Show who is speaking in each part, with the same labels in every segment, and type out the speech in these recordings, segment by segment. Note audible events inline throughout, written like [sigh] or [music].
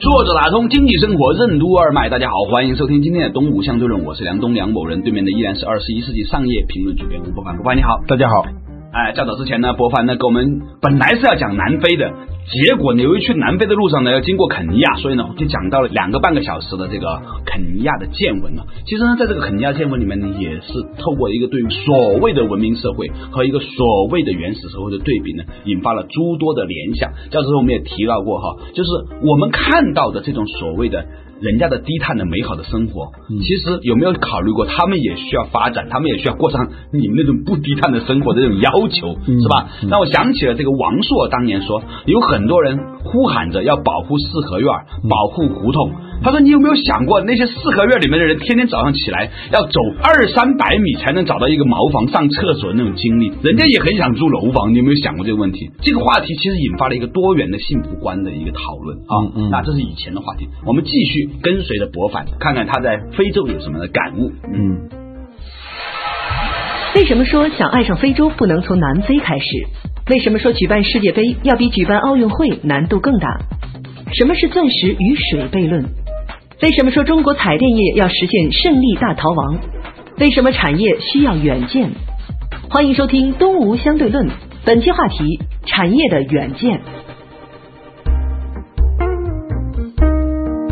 Speaker 1: 坐着打通经济生活任督二脉，大家好，欢迎收听今天的东吴相对论，我是梁东梁某人，对面的依然是二十一世纪商业评论主编吴伯凡，伯凡你好，
Speaker 2: 大家好，
Speaker 1: 哎，较早之前呢，博凡呢给我们本来是要讲南非的，结果呢由于去南非的路上呢要经过肯尼亚，所以呢就讲到了两个半个小时的这个肯尼亚的见闻了。其实呢，在这个肯尼亚见闻里面呢，也是透过一个对于所谓的文明社会和一个所谓的原始社会的对比呢，引发了诸多的联想。较早时候我们也提到过哈，就是我们看到的这种所谓的。人家的低碳的美好的生活，其实有没有考虑过，他们也需要发展，他们也需要过上你们那种不低碳的生活的这种要求，是吧？让我想起了这个王朔当年说，有很多人呼喊着要保护四合院，保护胡同。他说，你有没有想过，那些四合院里面的人，天天早上起来要走二三百米才能找到一个茅房上厕所的那种经历？人家也很想住楼房，你有没有想过这个问题？这个话题其实引发了一个多元的幸福观的一个讨论啊。
Speaker 2: 嗯嗯
Speaker 1: 那这是以前的话题，我们继续跟随着博凡，看看他在非洲有什么的感悟。
Speaker 2: 嗯，
Speaker 3: 为什么说想爱上非洲不能从南非开始？为什么说举办世界杯要比举办奥运会难度更大？什么是钻石与水悖论？为什么说中国彩电业要实现胜利大逃亡？为什么产业需要远见？欢迎收听《东吴相对论》，本期话题：产业的远见。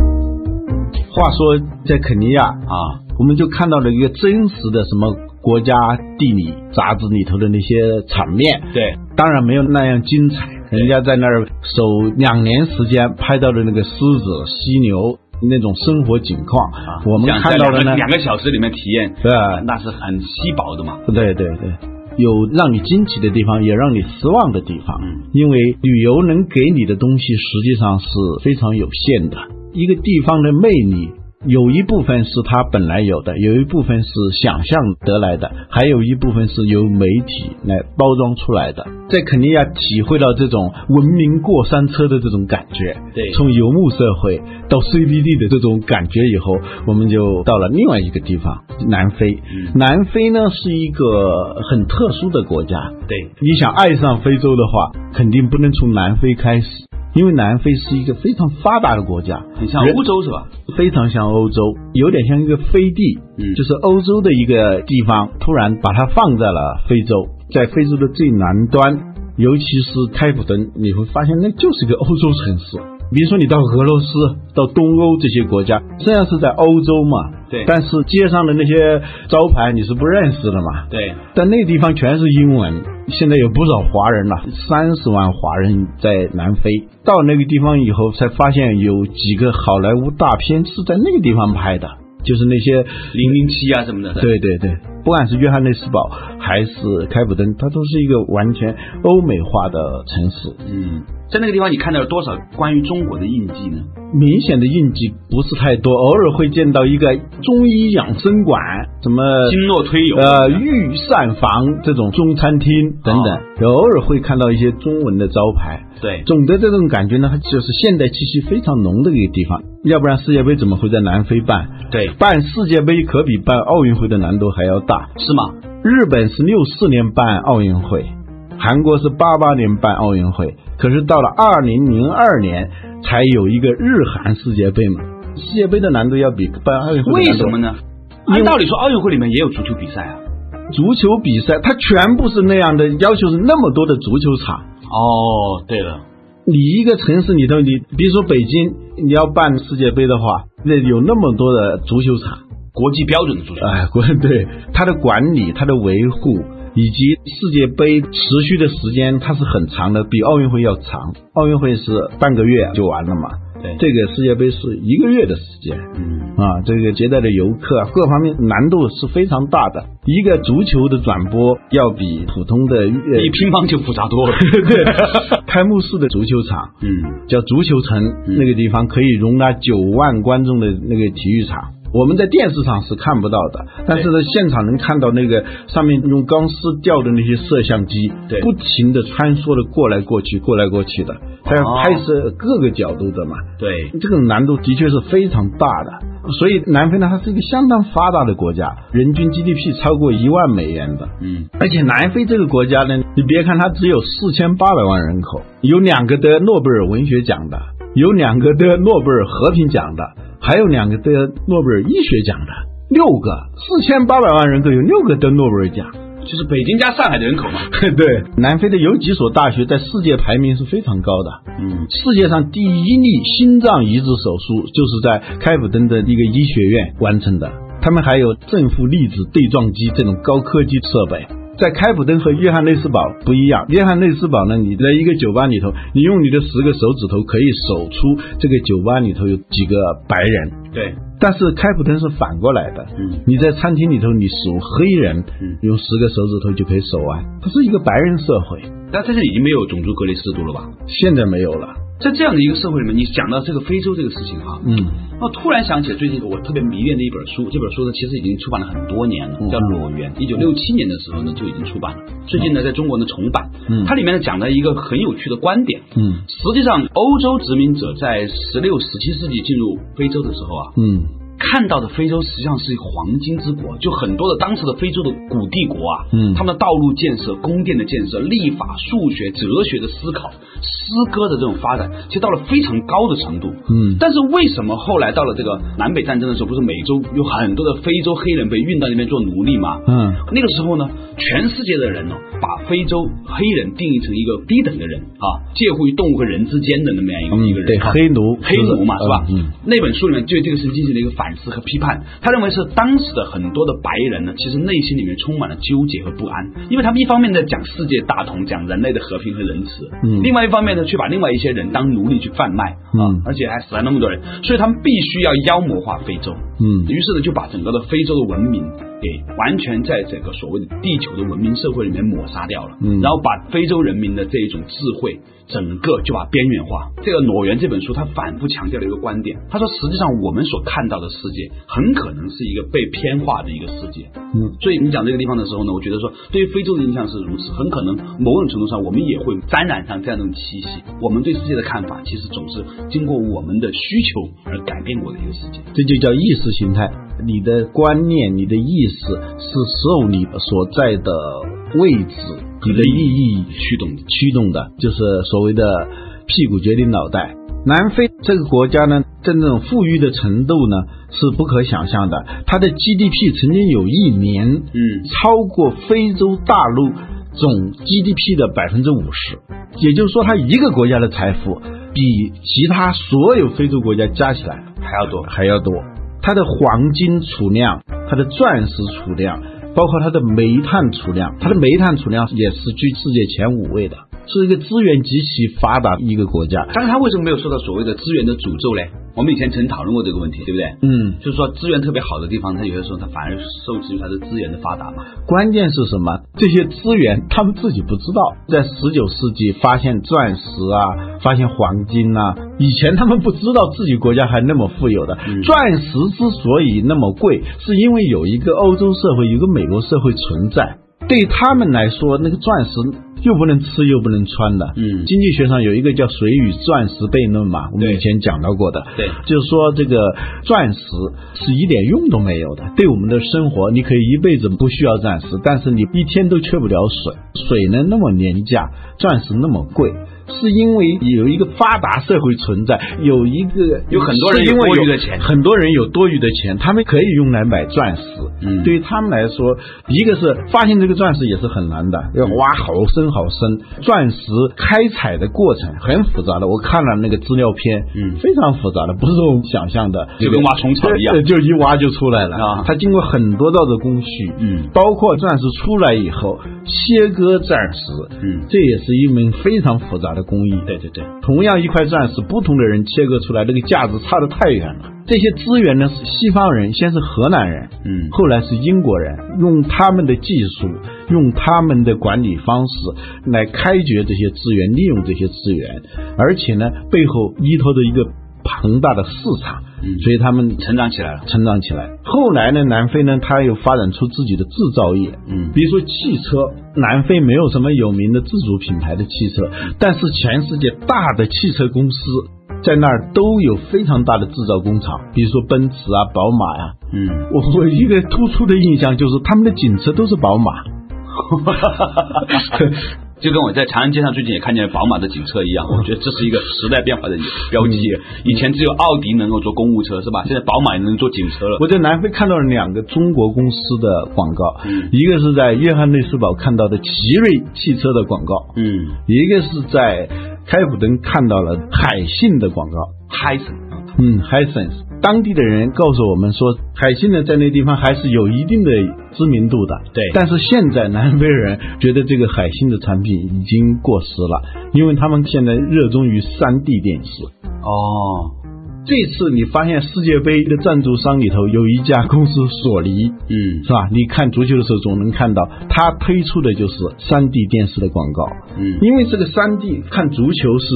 Speaker 2: 话说在肯尼亚啊，我们就看到了一个真实的什么国家地理杂志里头的那些场面，
Speaker 1: 对，
Speaker 2: 当然没有那样精彩。人家在那儿守两年时间拍到的那个狮子、犀牛那种生活景况，啊我们
Speaker 1: 啊想在
Speaker 2: 看到了呢呃
Speaker 1: 两个，两个小时里面体验，
Speaker 2: 对
Speaker 1: 那是很稀薄的嘛。
Speaker 2: 对对对，有让你惊奇的地方，也让你失望的地方。
Speaker 1: 嗯
Speaker 2: 因为旅游能给你的东西实际上是非常有限的。一个地方的魅力，有一部分是它本来有的，有一部分是想象得来的，还有一部分是由媒体来包装出来的。在肯尼亚体会到这种文明过山车的这种感觉，
Speaker 1: 对
Speaker 2: 从游牧社会到 CBD 的这种感觉以后，我们就到了另外一个地方——南非。南非呢是一个很特殊的国家，
Speaker 1: 对，
Speaker 2: 你想爱上非洲的话，肯定不能从南非开始，因为南非是一个非常发达的国家，
Speaker 1: 很像
Speaker 2: 人
Speaker 1: 欧洲是吧？
Speaker 2: 非常像欧洲，有点像一个飞地，
Speaker 1: 嗯
Speaker 2: 就是欧洲的一个地方，突然把它放在了非洲，在非洲的最南端，尤其是开普敦，你会发现那就是一个欧洲城市。比如说你到俄罗斯、到东欧这些国家，虽然是在欧洲嘛，
Speaker 1: 对
Speaker 2: 但是街上的那些招牌你是不认识的嘛，
Speaker 1: 对，
Speaker 2: 但那地方全是英文，现在有不少华人了，三十万华人在南非。到那个地方以后，才发现有几个好莱坞大片是在那个地方拍的，就是那些
Speaker 1: 零零七啊什么的。
Speaker 2: 对对对，不管是约翰内斯堡还是开普敦，它都是一个完全欧美化的城市。
Speaker 1: 嗯，在那个地方你看到了多少关于中国的印记呢？
Speaker 2: 明显的印记不是太多，偶尔会见到一个中医养生馆，什么
Speaker 1: 经络推油
Speaker 2: 呃，御膳房这种中餐厅等
Speaker 1: 啊
Speaker 2: 等，偶尔会看到一些中文的招牌。
Speaker 1: 对，
Speaker 2: 总的这种感觉呢，它就是现代气息非常浓的一个地方。要不然世界杯怎么会在南非办？
Speaker 1: 对
Speaker 2: 办世界杯可比办奥运会的难度还要大。
Speaker 1: 是吗？
Speaker 2: 日本是六四年办奥运会，韩国是八八年办奥运会，可是到了二零零二年才有一个日韩世界杯嘛。世界杯的难度要比办奥运会
Speaker 1: 为
Speaker 2: 的难度
Speaker 1: 什么呢？
Speaker 2: 因为
Speaker 1: 按道理说奥运会里面也有足球比赛啊。
Speaker 2: 足球比赛，它全部是那样的要求，是那么多的足球场。
Speaker 1: 哦，对了，
Speaker 2: 你一个城市里头，你比如说北京，你要办世界杯的话，那有那么多的足球场，
Speaker 1: 国际标准的足球。
Speaker 2: 哎，国对它的管理、它的维护以及世界杯持续的时间，它是很长的，比奥运会要长。奥运会是半个月就完了嘛，
Speaker 1: 对
Speaker 2: 这个世界杯是一个月的时间。
Speaker 1: 嗯，
Speaker 2: 啊，这个接待的游客啊，各方面难度是非常大的。一个足球的转播要比普通的呃
Speaker 1: 比乒乓球复杂多了。
Speaker 2: [laughs] 对开幕式的足球场
Speaker 1: [laughs] 嗯，
Speaker 2: 叫足球城，那个地方可以容纳九万观众的那个体育场。我们在电视上是看不到的，但是呢，现场能看到那个上面用钢丝吊的那些摄像机，
Speaker 1: 对
Speaker 2: 不停的穿梭的过来过去，过来过去的，它要
Speaker 1: 哦
Speaker 2: 拍摄各个角度的嘛。
Speaker 1: 对，
Speaker 2: 这种难度的确是非常大的。所以南非呢，它是一个相当发达的国家，人均 GDP 超过一万美元的。
Speaker 1: 嗯，
Speaker 2: 而且南非这个国家呢，你别看它只有四千八百万人口，有两个得诺贝尔文学奖的，有两个得诺贝尔和平奖的，还有两个得诺贝尔医学奖的，六个四千八百万人口有六个得诺贝尔奖。
Speaker 1: 就是北京加上海的人口嘛。
Speaker 2: [laughs] 对，南非的有几所大学在世界排名是非常高的。
Speaker 1: 嗯，
Speaker 2: 世界上第一例心脏移植手术就是在开普敦的一个医学院完成的。他们还有正负粒子对撞机这种高科技设备。在开普敦和约翰内斯堡不一样，约翰内斯堡呢，你在一个酒吧里头，你用你的十个手指头可以数出这个酒吧里头有几个白人，
Speaker 1: 对，
Speaker 2: 但是开普敦是反过来的，
Speaker 1: 嗯，
Speaker 2: 你在餐厅里头你数黑人，
Speaker 1: 嗯
Speaker 2: 用十个手指头就可以数完，它是一个白人社会，
Speaker 1: 那这是已经没有种族隔离制度了吧？
Speaker 2: 现在没有了，
Speaker 1: 在这样的一个社会里面，你讲到这个非洲这个事情哈、
Speaker 2: 嗯。
Speaker 1: 我突然想起最近我特别迷恋的一本书，这本书呢其实已经出版了很多年了，
Speaker 2: 嗯
Speaker 1: 叫《裸猿》，一九六七年的时候呢就已经出版了，最近呢在中国呢重版。
Speaker 2: 嗯
Speaker 1: 它里面呢讲了一个很有趣的观点。
Speaker 2: 嗯
Speaker 1: 实际上，欧洲殖民者在十六、十七世纪进入非洲的时候啊，
Speaker 2: 嗯
Speaker 1: 看到的非洲实际上是一个黄金之国，就很多的当时的非洲的古帝国啊，
Speaker 2: 嗯
Speaker 1: 他们的道路建设、宫殿的建设、历法、数学、哲学的思考、诗歌的这种发展，其实到了非常高的程度。
Speaker 2: 嗯
Speaker 1: 但是为什么后来到了这个南北战争的时候，不是美洲有很多的非洲黑人被运到那边做奴隶吗？
Speaker 2: 嗯
Speaker 1: 那个时候呢，全世界的人呢、把非洲黑人定义成一个低等的人啊，介乎于动物和人之间的那么样一个、
Speaker 2: 嗯
Speaker 1: 一个人，
Speaker 2: 对
Speaker 1: 啊
Speaker 2: 黑奴
Speaker 1: 黑奴嘛，
Speaker 2: 是
Speaker 1: 是吧？
Speaker 2: 嗯
Speaker 1: 那本书里面对这个事情进行了一个反思和批判。他认为是当时的很多的白人呢，其实内心里面充满了纠结和不安，因为他们一方面在讲世界大同，讲人类的和平和仁慈，
Speaker 2: 嗯
Speaker 1: 另外一方面呢，却把另外一些人当奴隶去贩卖，
Speaker 2: 嗯
Speaker 1: 而且还死了那么多人，所以他们必须要妖魔化非洲。
Speaker 2: 嗯
Speaker 1: 于是呢，就把整个的非洲的文明给完全在这个所谓的地球的文明社会里面抹杀掉了，
Speaker 2: 嗯
Speaker 1: 然后把非洲人民的这一种智慧，整个就把边缘化。这个《裸猿》这本书，他反复强调了一个观点，他说实际上我们所看到的世界，很可能是一个被偏化的一个世界。
Speaker 2: 嗯
Speaker 1: 所以你讲这个地方的时候呢，我觉得说对于非洲的印象是如此，很可能某种程度上我们也会沾染上这样一种气息。我们对世界的看法，其实总是经过我们的需求而改变过的一个世界。
Speaker 2: 这就叫意识形态。你的观念、你的意识是受你所在的位置、你的意义
Speaker 1: 驱动的
Speaker 2: 驱动的，就是所谓的屁股决定脑袋。南非这个国家呢，在那种富裕的程度呢是不可想象的。它的 GDP 曾经有一年
Speaker 1: 嗯，
Speaker 2: 超过非洲大陆总 GDP 的百分之五十，也就是说，它一个国家的财富比其他所有非洲国家加起来
Speaker 1: 还要多。
Speaker 2: 还要多。它的黄金储量、它的钻石储量，包括它的煤炭储量，它的煤炭储量也是居世界前五位的，是一个资源极其发达的一个国家。
Speaker 1: 但是他为什么没有说到所谓的资源的诅咒嘞？我们以前曾讨论过这个问题，对不对？
Speaker 2: 嗯，
Speaker 1: 就是说资源特别好的地方，它有些时候它反而受制于它的资源的发达嘛。
Speaker 2: 关键是什么？这些资源他们自己不知道。在十九世纪发现钻石啊，发现黄金呐、以前他们不知道自己国家还那么富有的。
Speaker 1: 嗯
Speaker 2: 钻石之所以那么贵，是因为有一个欧洲社会，有一个美国社会存在。对他们来说，那个钻石又不能吃又不能穿的。
Speaker 1: 嗯
Speaker 2: 经济学上有一个叫“水与钻石悖论”嘛，我们
Speaker 1: 对
Speaker 2: 以前讲到过的。
Speaker 1: 对
Speaker 2: 就是说这个钻石是一点用都没有的，对我们的生活，你可以一辈子不需要钻石，但是你一天都缺不了水。水呢那么廉价，钻石那么贵。是因为有一个发达社会存在，有一个
Speaker 1: 有很多人
Speaker 2: 是因
Speaker 1: 有
Speaker 2: 为
Speaker 1: 多余
Speaker 2: 有
Speaker 1: 的钱
Speaker 2: 很多人有多余的钱，他们可以用来买钻石，
Speaker 1: 嗯
Speaker 2: 对于他们来说，一个是发现这个钻石也是很难的，要挖好深好深。钻石开采的过程很复杂的，我看了那个资料片，
Speaker 1: 嗯
Speaker 2: 非常复杂的，不是我们想象的，
Speaker 1: 就跟挖虫草一样
Speaker 2: 对就一挖就出来了
Speaker 1: 啊
Speaker 2: 它经过很多道的工序，
Speaker 1: 嗯
Speaker 2: 包括钻石出来以后切割钻石，
Speaker 1: 嗯
Speaker 2: 这也是一门非常复杂的工艺。
Speaker 1: 对对对，
Speaker 2: 同样一块钻石，不同的人切割出来，那个价值差得太远了。这些资源呢，是西方人，先是荷兰人，
Speaker 1: 嗯
Speaker 2: 后来是英国人，用他们的技术，用他们的管理方式来开掘这些资源，利用这些资源，而且呢，背后依托着一个庞大的市场，
Speaker 1: 嗯
Speaker 2: 所以他们
Speaker 1: 成长起来了。
Speaker 2: 成长起来。后来呢，南非呢，它又发展出自己的制造业，
Speaker 1: 嗯
Speaker 2: 比如说汽车，南非没有什么有名的自主品牌的汽车，但是全世界大的汽车公司在那儿都有非常大的制造工厂，比如说奔驰啊、宝马呀、
Speaker 1: [laughs] 嗯，
Speaker 2: 我我一个突出的印象就是他们的警车都是宝马，
Speaker 1: 就跟我在长安街上最近也看见宝马的警车一样，我觉得这是一个时代变化的标记。以前只有奥迪能够做公务车是吧？现在宝马也能做警车了。
Speaker 2: 我在南非看到了两个中国公司的广告，
Speaker 1: 嗯
Speaker 2: 一个是在约翰内斯堡看到的奇瑞汽车的广告，
Speaker 1: 嗯
Speaker 2: 一个是在开普敦看到了海信的广告。
Speaker 1: 嗨森啊，
Speaker 2: 嗯 h i s e n s 当地的人告诉我们说，海信呢在那地方还是有一定的知名度的。
Speaker 1: 对
Speaker 2: 但是现在南非人觉得这个海信的产品已经过时了，因为他们现在热衷于三 D 电视。
Speaker 1: 哦，
Speaker 2: 这次你发现世界杯的赞助商里头有一家公司索尼，
Speaker 1: 嗯
Speaker 2: 是吧？你看足球的时候总能看到，它推出的就是三 D 电视的广告。
Speaker 1: 嗯
Speaker 2: 因为这个三 D 看足球是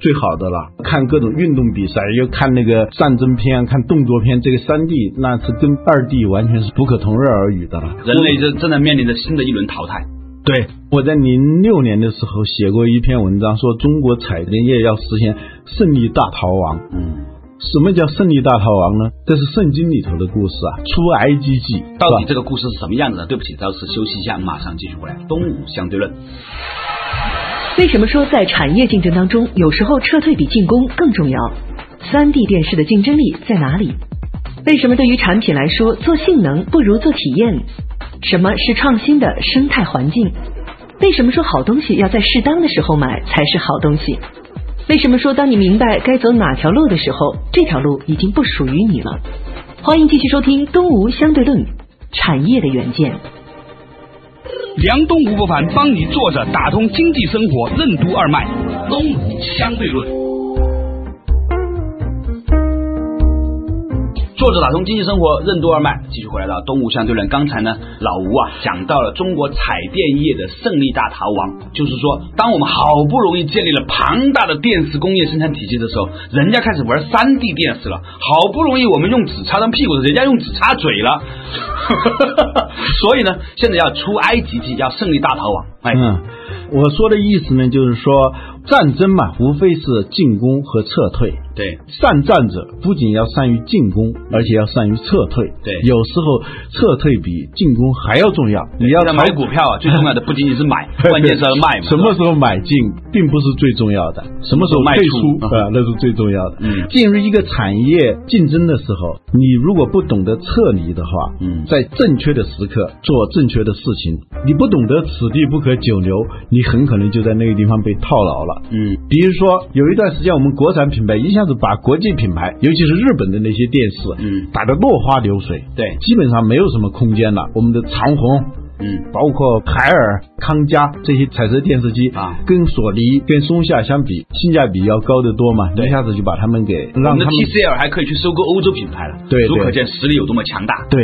Speaker 2: 最好的了，看各种运动比赛，又看那个战争片啊，看动作片，这个三 D 那是跟二 D 完全是不可同日而语的了。
Speaker 1: 人类正正在面临着新的一轮淘汰。
Speaker 2: 对，我在零六年的时候写过一篇文章，说中国彩电业要实现胜利大逃亡。
Speaker 1: 嗯，
Speaker 2: 什么叫胜利大逃亡呢？这是圣经里头的故事啊，出埃及记，
Speaker 1: 到
Speaker 2: 是吧
Speaker 1: 底这个故事是什么样子的？对不起，到此休息一下，马上继续回来。东吴相对论，
Speaker 3: 为什么说在产业竞争当中，有时候撤退比进攻更重要？3 D 电视的竞争力在哪里？为什么对于产品来说，做性能不如做体验？什么是创新的生态环境？为什么说好东西要在适当的时候买才是好东西？为什么说当你明白该走哪条路的时候，这条路已经不属于你了？欢迎继续收听《东吴相对论：产业的远见》。
Speaker 4: 梁东吴伯凡帮你坐着打通经济生活任督二脉，东吴相对论。
Speaker 1: 作者打通经济生活任督二脉，继续回来到东吴相对论。刚才呢，老吴啊讲到了中国彩电业的胜利大逃亡，就是说，当我们好不容易建立了庞大的电视工业生产体系的时候，人家开始玩三 D 电视了，好不容易我们用纸擦上屁股，人家用纸擦嘴了， [laughs] 所以呢，现在要出埃及记，要胜利大逃亡。哎，
Speaker 2: 嗯，我说的意思呢，就是说战争嘛，无非是进攻和撤退。
Speaker 1: 对，
Speaker 2: 善战者不仅要善于进攻，而且要善于撤退。
Speaker 1: 对
Speaker 2: 有时候撤退比进攻还要重要。你要
Speaker 1: 要
Speaker 2: 逃
Speaker 1: 买股票啊，最重要的不仅仅是
Speaker 2: [laughs]
Speaker 1: 买， [laughs] 关键是要卖嘛。
Speaker 2: 什么时候买进并不是最重要的，什么时候
Speaker 1: 卖
Speaker 2: 退
Speaker 1: 出
Speaker 2: 出啊，那是最重要的。
Speaker 1: 嗯
Speaker 2: 进入一个产业竞争的时候，你如果不懂得撤离的话，
Speaker 1: 嗯
Speaker 2: 在正确的时刻做正确的事情，你不懂得此地不可久留，你很可能就在那个地方被套牢了。
Speaker 1: 嗯
Speaker 2: 比如说，有一段时间我们国产品牌一下子把国际品牌，尤其是日本的那些电视，
Speaker 1: 嗯
Speaker 2: 打得落花流水，
Speaker 1: 对
Speaker 2: 基本上没有什么空间了。我们的长虹，
Speaker 1: 嗯
Speaker 2: 包括海尔、康佳这些彩色电视机
Speaker 1: 啊
Speaker 2: 跟索尼、跟松下相比，性价比要高得多嘛，一下子就把他们给
Speaker 1: 我
Speaker 2: 让
Speaker 1: 们的
Speaker 2: 他们
Speaker 1: TCL 还可以去收购欧洲品牌了，
Speaker 2: 对
Speaker 1: 足可
Speaker 2: 对
Speaker 1: 见实力有多么强大。
Speaker 2: 对。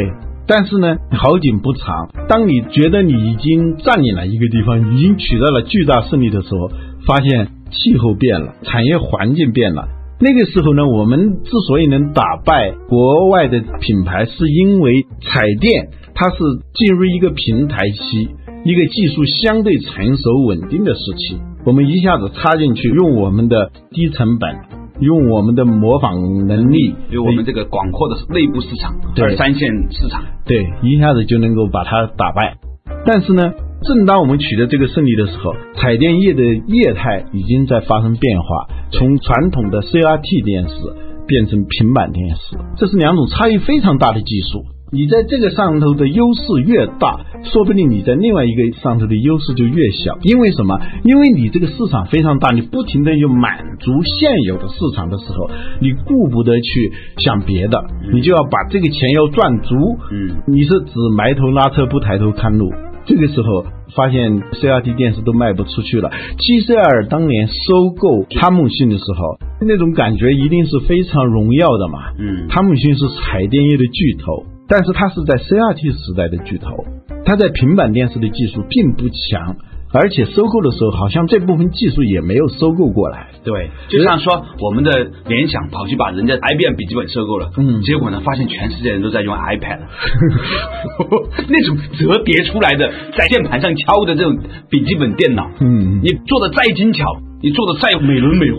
Speaker 2: 但是呢，好景不长。当你觉得你已经占领了一个地方，已经取得了巨大胜利的时候，发现气候变了，产业环境变了。那个时候呢，我们之所以能打败国外的品牌，是因为彩电它是进入一个平台期，一个技术相对成熟稳定的时期，我们一下子插进去，用我们的低成本，用我们的模仿能力，
Speaker 1: 有我们这个广阔的内部市场，
Speaker 2: 对
Speaker 1: 二三线市场，
Speaker 2: 对，一下子就能够把它打败。但是呢，正当我们取得这个胜利的时候，彩电业的业态已经在发生变化，从传统的 CRT 电视变成平板电视，这是两种差异非常大的技术。你在这个上头的优势越大，说不定你在另外一个上头的优势就越小。因为什么？因为你这个市场非常大，你不停的有满足现有的市场的时候，你顾不得去想别的，你就要把这个钱要赚足。
Speaker 1: 嗯，
Speaker 2: 你是只埋头拉车不抬头看路。这个时候发现 CRT 电视都卖不出去了。基塞尔当年收购哈姆逊的时候，那种感觉一定是非常荣耀的嘛。
Speaker 1: 嗯
Speaker 2: 哈姆逊是彩电业的巨头，但是它是在 CRT 时代的巨头，它在平板电视的技术并不强，而且收购的时候好像这部分技术也没有收购过来。
Speaker 1: 对，就像说我们的联想跑去把人家 IBM 笔记本收购了，
Speaker 2: 嗯
Speaker 1: 结果呢，发现全世界人都在用 iPad，那种折叠出来的在键盘上敲的这种笔记本电脑，
Speaker 2: 嗯嗯
Speaker 1: 你做的再精巧，你做的再美轮美奂，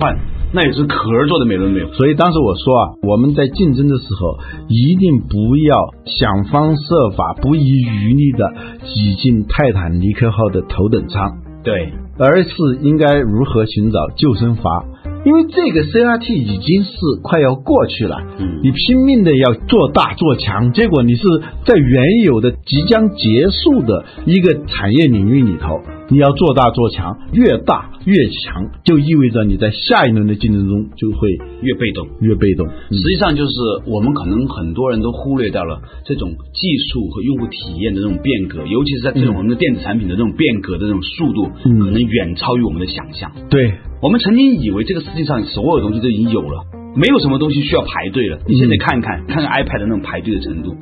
Speaker 1: 那也是壳儿做的美轮美奂。
Speaker 2: 所以当时我说啊，我们在竞争的时候，一定不要想方设法、不遗余力的挤进泰坦尼克号的头等舱。
Speaker 1: 对，
Speaker 2: 而是应该如何寻找救生筏。因为这个 CRT 已经是快要过去了，
Speaker 1: 嗯
Speaker 2: 你拼命的要做大做强，结果你是在原有的即将结束的一个产业领域里头，你要做大做强，越大越强，就意味着你在下一轮的竞争中就会
Speaker 1: 越被动。
Speaker 2: 越被动。嗯
Speaker 1: 实际上就是我们可能很多人都忽略掉了这种技术和用户体验的这种变革，尤其是在这种我们的电子产品的这种变革的这种速度，
Speaker 2: 嗯
Speaker 1: 可能远超于我们的想象。
Speaker 2: [laughs] 对，
Speaker 1: 我们曾经以为这个世界上所有东西都已经有了，没有什么东西需要排队了。你现在看看，看看
Speaker 2: 嗯
Speaker 1: iPad 的那种排队的程度，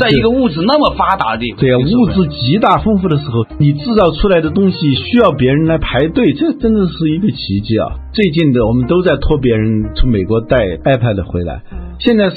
Speaker 1: 在一个物质那么发达的地方，
Speaker 2: 对啊，
Speaker 1: 这个社会
Speaker 2: 物质极大丰富的时候，你制造出来的东西需要别人来排队，这真的是一个奇迹啊！最近的我们都在托别人从美国带 iPad 回来，现在是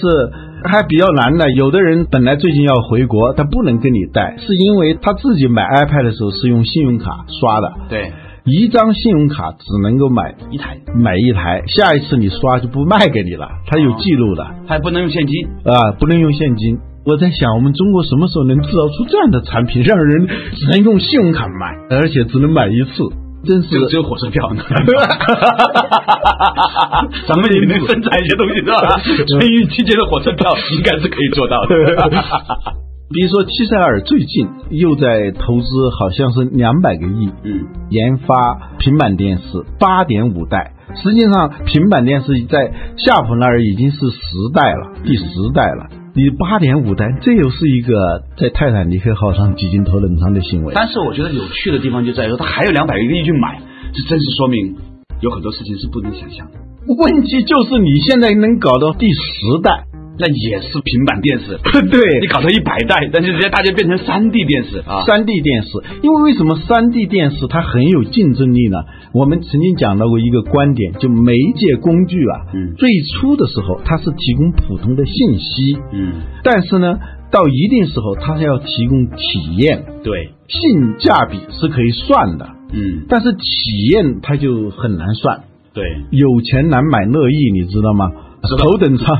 Speaker 2: 还比较难的。有的人本来最近要回国，他不能跟你带，是因为他自己买 iPad 的时候是用信用卡刷的，
Speaker 1: 对
Speaker 2: 一张信用卡只能够买
Speaker 1: 一台，
Speaker 2: 买一台，下一次你刷就不卖给你了，他有记录的。
Speaker 1: 它还不能用现金。
Speaker 2: 啊，不能用现金。我在想，我们中国什么时候能制造出这样的产品，让人只能用信用卡买，而且只能买一次，真是
Speaker 1: 只有只有火车票呢， [laughs] 咱们也能生产一些东西是 [laughs] 吧？春运期间的火车票应该是可以做到的。
Speaker 2: [laughs]
Speaker 1: [laughs]
Speaker 2: 比如说，基塞尔最近又在投资，好像是两百个亿，
Speaker 1: 嗯，
Speaker 2: 研发平板电视八点五代。实际上，平板电视在夏普那儿已经是十代了，第十代了。你八点五代，这又是一个在泰坦尼克号上挤进头等舱的行为。
Speaker 1: 但是我觉得有趣的地方就在于说，他还有两百个亿去买，这真是说明有很多事情是不能想象的。
Speaker 2: 问题就是你现在能搞到第十代，
Speaker 1: 那也是平板电视，
Speaker 2: [laughs] 对
Speaker 1: 你搞到一百代，但是人家大家变成三 D 电视啊，
Speaker 2: 三 D 电视，因为为什么三 D 电视它很有竞争力呢？我们曾经讲到过一个观点，就媒介工具啊，
Speaker 1: 嗯
Speaker 2: 最初的时候它是提供普通的信息，
Speaker 1: 嗯，
Speaker 2: 但是呢，到一定时候它是要提供体验，
Speaker 1: 对，
Speaker 2: 性价比是可以算的，
Speaker 1: 嗯，
Speaker 2: 但是体验它就很难算。
Speaker 1: 对，
Speaker 2: 有钱难买乐意，你知道吗？头等 [laughs] 舱，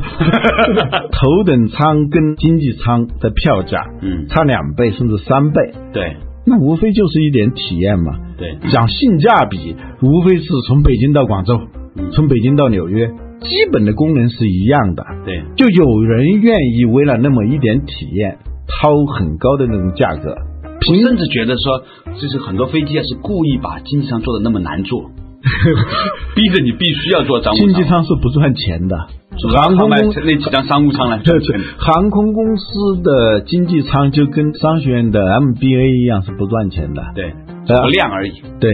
Speaker 2: 头等舱跟经济舱的票价，
Speaker 1: 嗯
Speaker 2: 差两倍甚至三倍，
Speaker 1: 对，
Speaker 2: 那无非就是一点体验嘛。
Speaker 1: 对，
Speaker 2: 讲性价比，无非是从北京到广州，从北京到纽约，基本的功能是一样的。
Speaker 1: 对，
Speaker 2: 就有人愿意为了那么一点体验，掏很高的那种价格。
Speaker 1: 我甚至觉得说，就是很多飞机啊是故意把经济舱做的那么难 [laughs] 做，逼着你必须要做商务舱
Speaker 2: 经济舱是不赚钱的，
Speaker 1: 主要
Speaker 2: 航
Speaker 1: 靠
Speaker 2: 空
Speaker 1: 卖
Speaker 2: 公
Speaker 1: 那几张商务舱来
Speaker 2: 对
Speaker 1: 赚钱
Speaker 2: 对，航空公司的经济舱就跟商学院的 MBA 一样是不赚钱的。
Speaker 1: 对，
Speaker 2: 呃
Speaker 1: 不量而已。
Speaker 2: 对，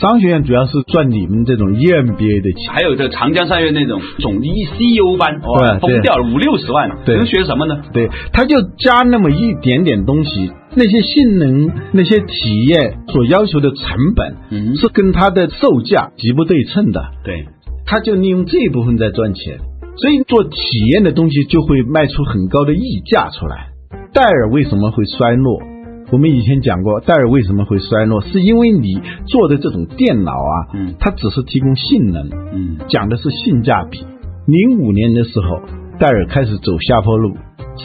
Speaker 2: 商学院主要是赚你们这种 EMBA 的钱。
Speaker 1: 还有这长江商院那种总 E C U 班，哇，
Speaker 2: 对对
Speaker 1: 疯掉了五六十万，
Speaker 2: 对
Speaker 1: 能学什么呢？
Speaker 2: 对，他就加那么一点点东西，那些性能、那些体验所要求的成本，
Speaker 1: 嗯
Speaker 2: 是跟它的售价极不对称的。
Speaker 1: 对，
Speaker 2: 他就利用这一部分在赚钱，所以做体验的东西就会卖出很高的溢价出来。戴尔为什么会衰落？我们以前讲过，戴尔为什么会衰落，是因为你做的这种电脑啊，
Speaker 1: 嗯
Speaker 2: 它只是提供性能，
Speaker 1: 嗯，
Speaker 2: 讲的是性价比。零五年的时候，戴尔开始走下坡路，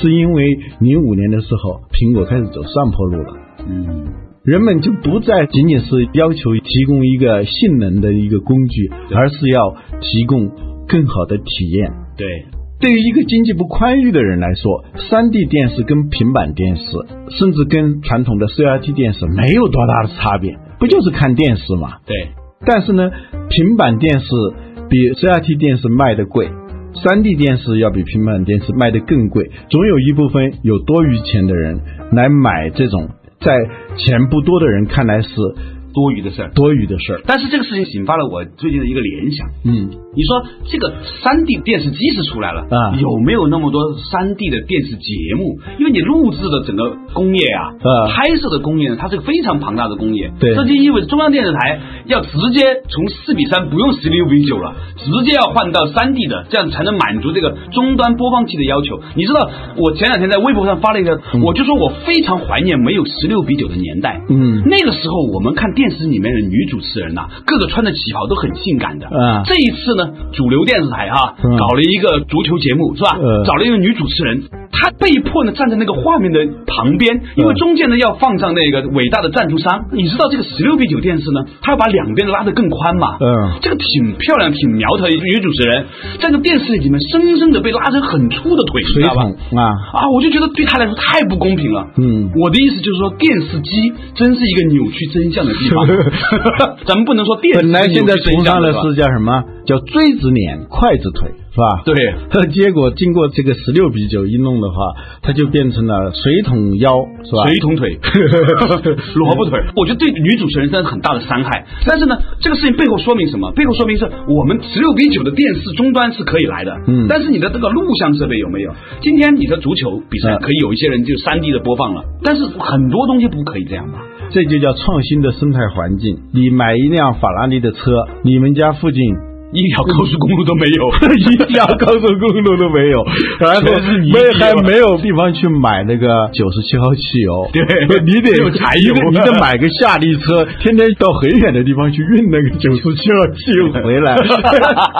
Speaker 2: 是因为零五年的时候，苹果开始走上坡路了。
Speaker 1: 嗯，
Speaker 2: 人们就不再仅仅是要求提供一个性能的一个工具，而是要提供更好的体验。
Speaker 1: 对，
Speaker 2: 对于一个经济不宽裕的人来说，3 D 电视跟平板电视，甚至跟传统的 CRT 电视没有多大的差别，不就是看电视嘛？
Speaker 1: 对，
Speaker 2: 但是呢，平板电视比 CRT 电视卖的贵3 D 电视要比平板电视卖的更贵。总有一部分有多余钱的人来买这种在钱不多的人看来是
Speaker 1: 多余的事儿。
Speaker 2: 多余的事儿。
Speaker 1: 但是这个事情引发了我最近的一个联想。
Speaker 2: 嗯，
Speaker 1: 你说这个三 D 电视机是出来了，
Speaker 2: 啊
Speaker 1: 有没有那么多三 D 的电视节目？因为你录制的整个工业啊，
Speaker 2: 啊
Speaker 1: 拍摄的工业呢，它是个非常庞大的工业。
Speaker 2: 对
Speaker 1: 这就意味着中央电视台要直接从四比三不用十六比九了，直接要换到三 D 的，这样才能满足这个终端播放器的要求。你知道，我前两天在微博上发了一个，我就说我非常怀念没有十六比九的年代。
Speaker 2: 嗯
Speaker 1: 那个时候我们看电视里面的女主持人呐、个个穿的旗袍都很性感的。
Speaker 2: 啊
Speaker 1: 这一次呢，主流电视台哈、
Speaker 2: 嗯
Speaker 1: 搞了一个足球节目，是吧？
Speaker 2: 嗯
Speaker 1: 找了一个女主持人，她被迫呢站在那个画面的旁边，因为
Speaker 2: 嗯
Speaker 1: 中间呢要放上那个伟大的赞助商。你知道这个十六比九电视呢，它要把两边拉得更宽嘛。
Speaker 2: 嗯
Speaker 1: 这个挺漂亮、挺苗条的一个女主持人，在那个电视里面生生的被拉成很粗的腿，你知
Speaker 2: 水
Speaker 1: 道吧？
Speaker 2: 桶啊，
Speaker 1: 啊，我就觉得对他来说太不公平了。
Speaker 2: 嗯
Speaker 1: 我的意思就是说，电视机真是一个扭曲真相的地方。
Speaker 2: [laughs]
Speaker 1: 咱们不能说电视
Speaker 2: 本来
Speaker 1: 扭
Speaker 2: 现
Speaker 1: 曲
Speaker 2: 在
Speaker 1: 真
Speaker 2: 崇
Speaker 1: 相
Speaker 2: 尚的
Speaker 1: 吧
Speaker 2: 是叫什么？叫锥子脸、筷子腿，是吧？
Speaker 1: 对。
Speaker 2: 呃， [laughs] 结果经过这个十六比九一弄的话，它就变成了水桶腰，是吧？
Speaker 1: 水桶 [laughs] 腿、萝卜腿，我觉得对女主持人真的很大的伤害。但是呢，这个事情背后说明什么？背后说明是我们十六比九的电视终端是可以来的，
Speaker 2: 嗯
Speaker 1: 但是你的这个录像设备有没有？今天你的足球比赛
Speaker 2: 嗯
Speaker 1: 可以有一些人就三 D 的播放了，但是很多东西不可以这样吧？
Speaker 2: 这就叫创新的生态环境。你买一辆法拉利的车，你们家附近
Speaker 1: 一条高速公路都没 [laughs] 有，
Speaker 2: 一条高速公路都没有，然后
Speaker 1: 全是泥
Speaker 2: 没
Speaker 1: 地
Speaker 2: 还
Speaker 1: 吧
Speaker 2: 没有地方去买那个九十七号汽油，
Speaker 1: 对
Speaker 2: [laughs] 你得
Speaker 1: 只有柴油
Speaker 2: 你得你得买个夏利车，天天到很远的地方去运那个九十七号汽油回来。 [laughs]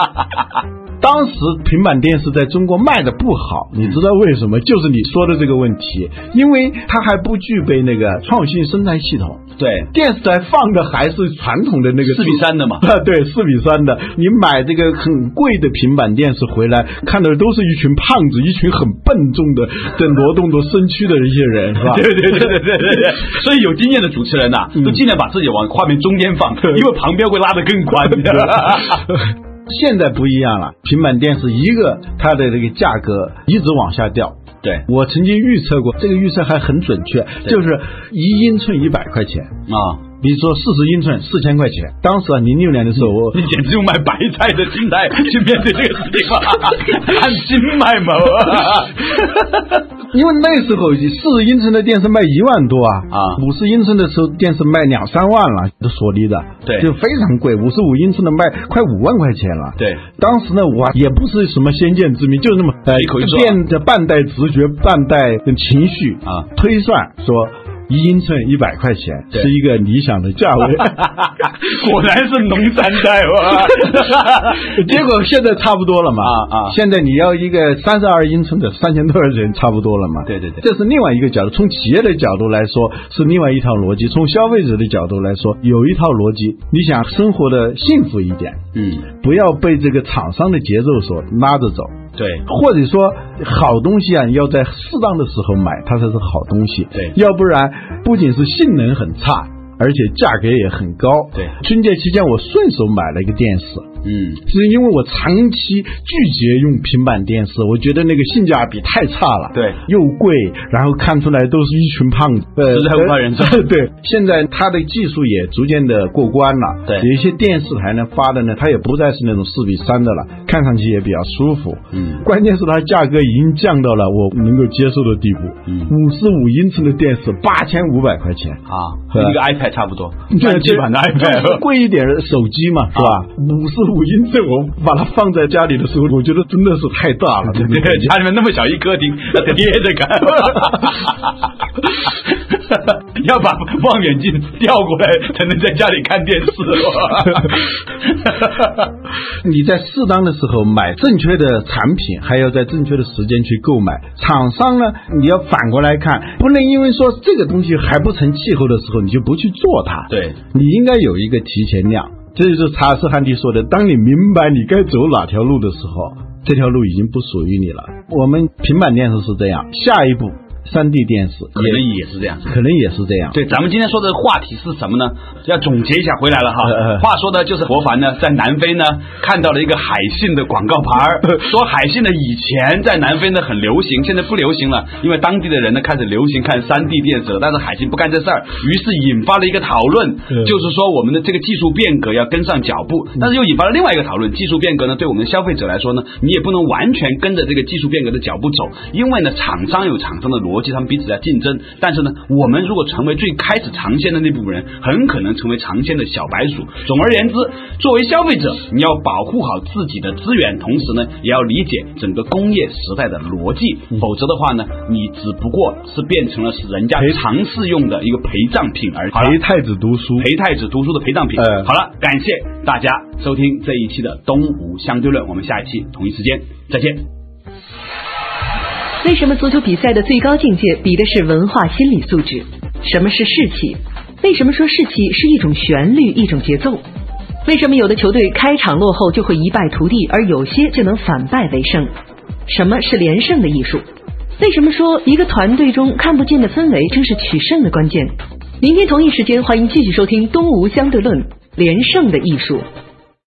Speaker 2: 当时平板电视在中国卖的不好，你知道为什么？就是你说的这个问题，因为它还不具备那个创新生态系统。
Speaker 1: 对，
Speaker 2: 电视台放的还是传统的那个
Speaker 1: 四比三的嘛。
Speaker 2: 啊， [laughs] 对，四比三的，你买这个很贵的平板电视回来，看到的都是一群胖子，一群很笨重
Speaker 1: [laughs]
Speaker 2: 的、在挪动着身躯的一些人，是吧？
Speaker 1: 对对对对对对对， [laughs] 嗯所以有经验的主持人呐、都尽量把自己往画面中间放，因为旁边会拉得更宽。
Speaker 2: 现在不一样了，平板电视一个它的这个价格一直往下掉。
Speaker 1: [laughs] 对
Speaker 2: 我曾经预测过，这个预测还很准确，就是一英寸一百块钱，
Speaker 1: 啊，
Speaker 2: 比如说四十英寸四千块钱。当时啊，零六年的时候，我
Speaker 1: 你简直用卖白菜的心态去面对这个事情， [laughs] 按斤卖嘛。
Speaker 2: 因为那时候四十英寸的电视卖一万多啊，
Speaker 1: 啊
Speaker 2: 五十英寸的时候电视卖两三万了，都索尼的，
Speaker 1: 对
Speaker 2: 就非常贵，五十五英寸的卖快五万块钱了，
Speaker 1: 对。
Speaker 2: 当时呢，我也不是什么先见之明，就是那么呃
Speaker 1: 一口一说
Speaker 2: 变的半带直觉，半带情绪
Speaker 1: 啊，
Speaker 2: 推算说一英寸一百块钱
Speaker 1: 对
Speaker 2: 是一个理想的价
Speaker 1: [laughs]
Speaker 2: 位，
Speaker 1: [laughs] 果然是农三代哦 [laughs] 哇！ [laughs]
Speaker 2: 结果现在差不多了嘛
Speaker 1: 啊啊
Speaker 2: 现在你要一个三十二英寸的三千多块钱差不多了嘛？
Speaker 1: 对对对
Speaker 2: 这是另外一个角度，从企业的角度来说是另外一套逻辑，从消费者的角度来说有一套逻辑。你想生活的幸福一点，
Speaker 1: 嗯，
Speaker 2: 不要被这个厂商的节奏所拉着走。
Speaker 1: 对
Speaker 2: 或者说好东西啊，要在适当的时候买，它才是好东西。
Speaker 1: 对
Speaker 2: 要不然不仅是性能很差，而且价格也很高。
Speaker 1: 对
Speaker 2: 春节期间我顺手买了一个电视，
Speaker 1: 嗯，
Speaker 2: 是因为我长期拒绝用平板电视，我觉得那个性价比太差了，
Speaker 1: 对
Speaker 2: 又贵，然后看出来都是一群胖子，
Speaker 1: 实
Speaker 2: 呃，
Speaker 1: 在 [laughs] 不怕人
Speaker 2: 呃 [laughs] 对，现在它的技术也逐渐的过关了，
Speaker 1: 对
Speaker 2: 有一些电视台呢发的呢，它也不再是那种四比三的了，看上去也比较舒服，
Speaker 1: 嗯
Speaker 2: 关键是它价格已经降到了我能够接受的地步，
Speaker 1: 嗯
Speaker 2: 五十五英寸的电视八千五百块钱，
Speaker 1: 啊，跟一个 iPad 差不多，
Speaker 2: [laughs] 对，
Speaker 1: 按基版的
Speaker 2: 就是
Speaker 1: iPad。
Speaker 2: 贵一点的手机嘛，是吧？五十五英寸，我把它放在家里的时候，我觉得真的是太大 [laughs]
Speaker 1: [laughs]
Speaker 2: 了。
Speaker 1: 对，家里面那么小一客厅，贴着看， [laughs] 要把望远镜调过来才能在家里看电视。哦
Speaker 2: 你在适当的时候买正确的产品，还要在正确的时间去购买。厂商呢，你要反过来看，不能因为说这个东西还不成气候的时候，你就不去做它。
Speaker 1: [laughs] 对，
Speaker 2: 你应该有一个提前量。这就是查尔斯汉蒂说的：当你明白你该走哪条路的时候，这条路已经不属于你了。我们平板电视是这样，下一步三 D 电视
Speaker 1: 可能也是这样。
Speaker 2: 可能也是这样。
Speaker 1: 对，咱们今天说的话题是什么呢？要总结一下回来了
Speaker 2: 呃
Speaker 1: 哈
Speaker 2: 呃。
Speaker 1: 话说呢，就是博凡呢在南非呢看到了一个海信的广告牌
Speaker 2: [laughs]
Speaker 1: 儿，说海信呢以前在南非呢很流行，现在不流行了，因为当地的人呢开始流行看三 D 电视了，但是海信不干这事儿，于是引发了一个讨论，
Speaker 2: 嗯
Speaker 1: 就是说我们的这个技术变革要跟上脚步，但是又引发了另外一个讨论，技术变革呢对我们消费者来说呢，你也不能完全跟着这个技术变革的脚步走，因为呢厂商有厂商的逻辑，他们彼此在竞争，但是呢我们如果成为最开始尝鲜的那部分人，很可能成为尝鲜的小白鼠。总而言之，作为消费者，你要保护好自己的资源，同时呢也要理解整个工业时代的逻辑，否则的话呢，你只不过是变成了是人家
Speaker 2: 陪
Speaker 1: 尝试用的一个陪葬品而已。好了
Speaker 2: 陪太子读书，
Speaker 1: 陪太子读书的陪葬品。
Speaker 2: 呃
Speaker 1: 好了，感谢大家收听这一期的《东吴相对论》，我们下一期同一时间再见。
Speaker 3: 为什么足球比赛的最高境界比的是文化心理素质？什么是士气？为什么说士气是一种旋律、一种节奏？为什么有的球队开场落后就会一败涂地，而有些就能反败为胜？什么是连胜的艺术？为什么说一个团队中看不见的氛围正是取胜的关键？明天同一时间，欢迎继续收听《东吴相对论》连胜的艺术。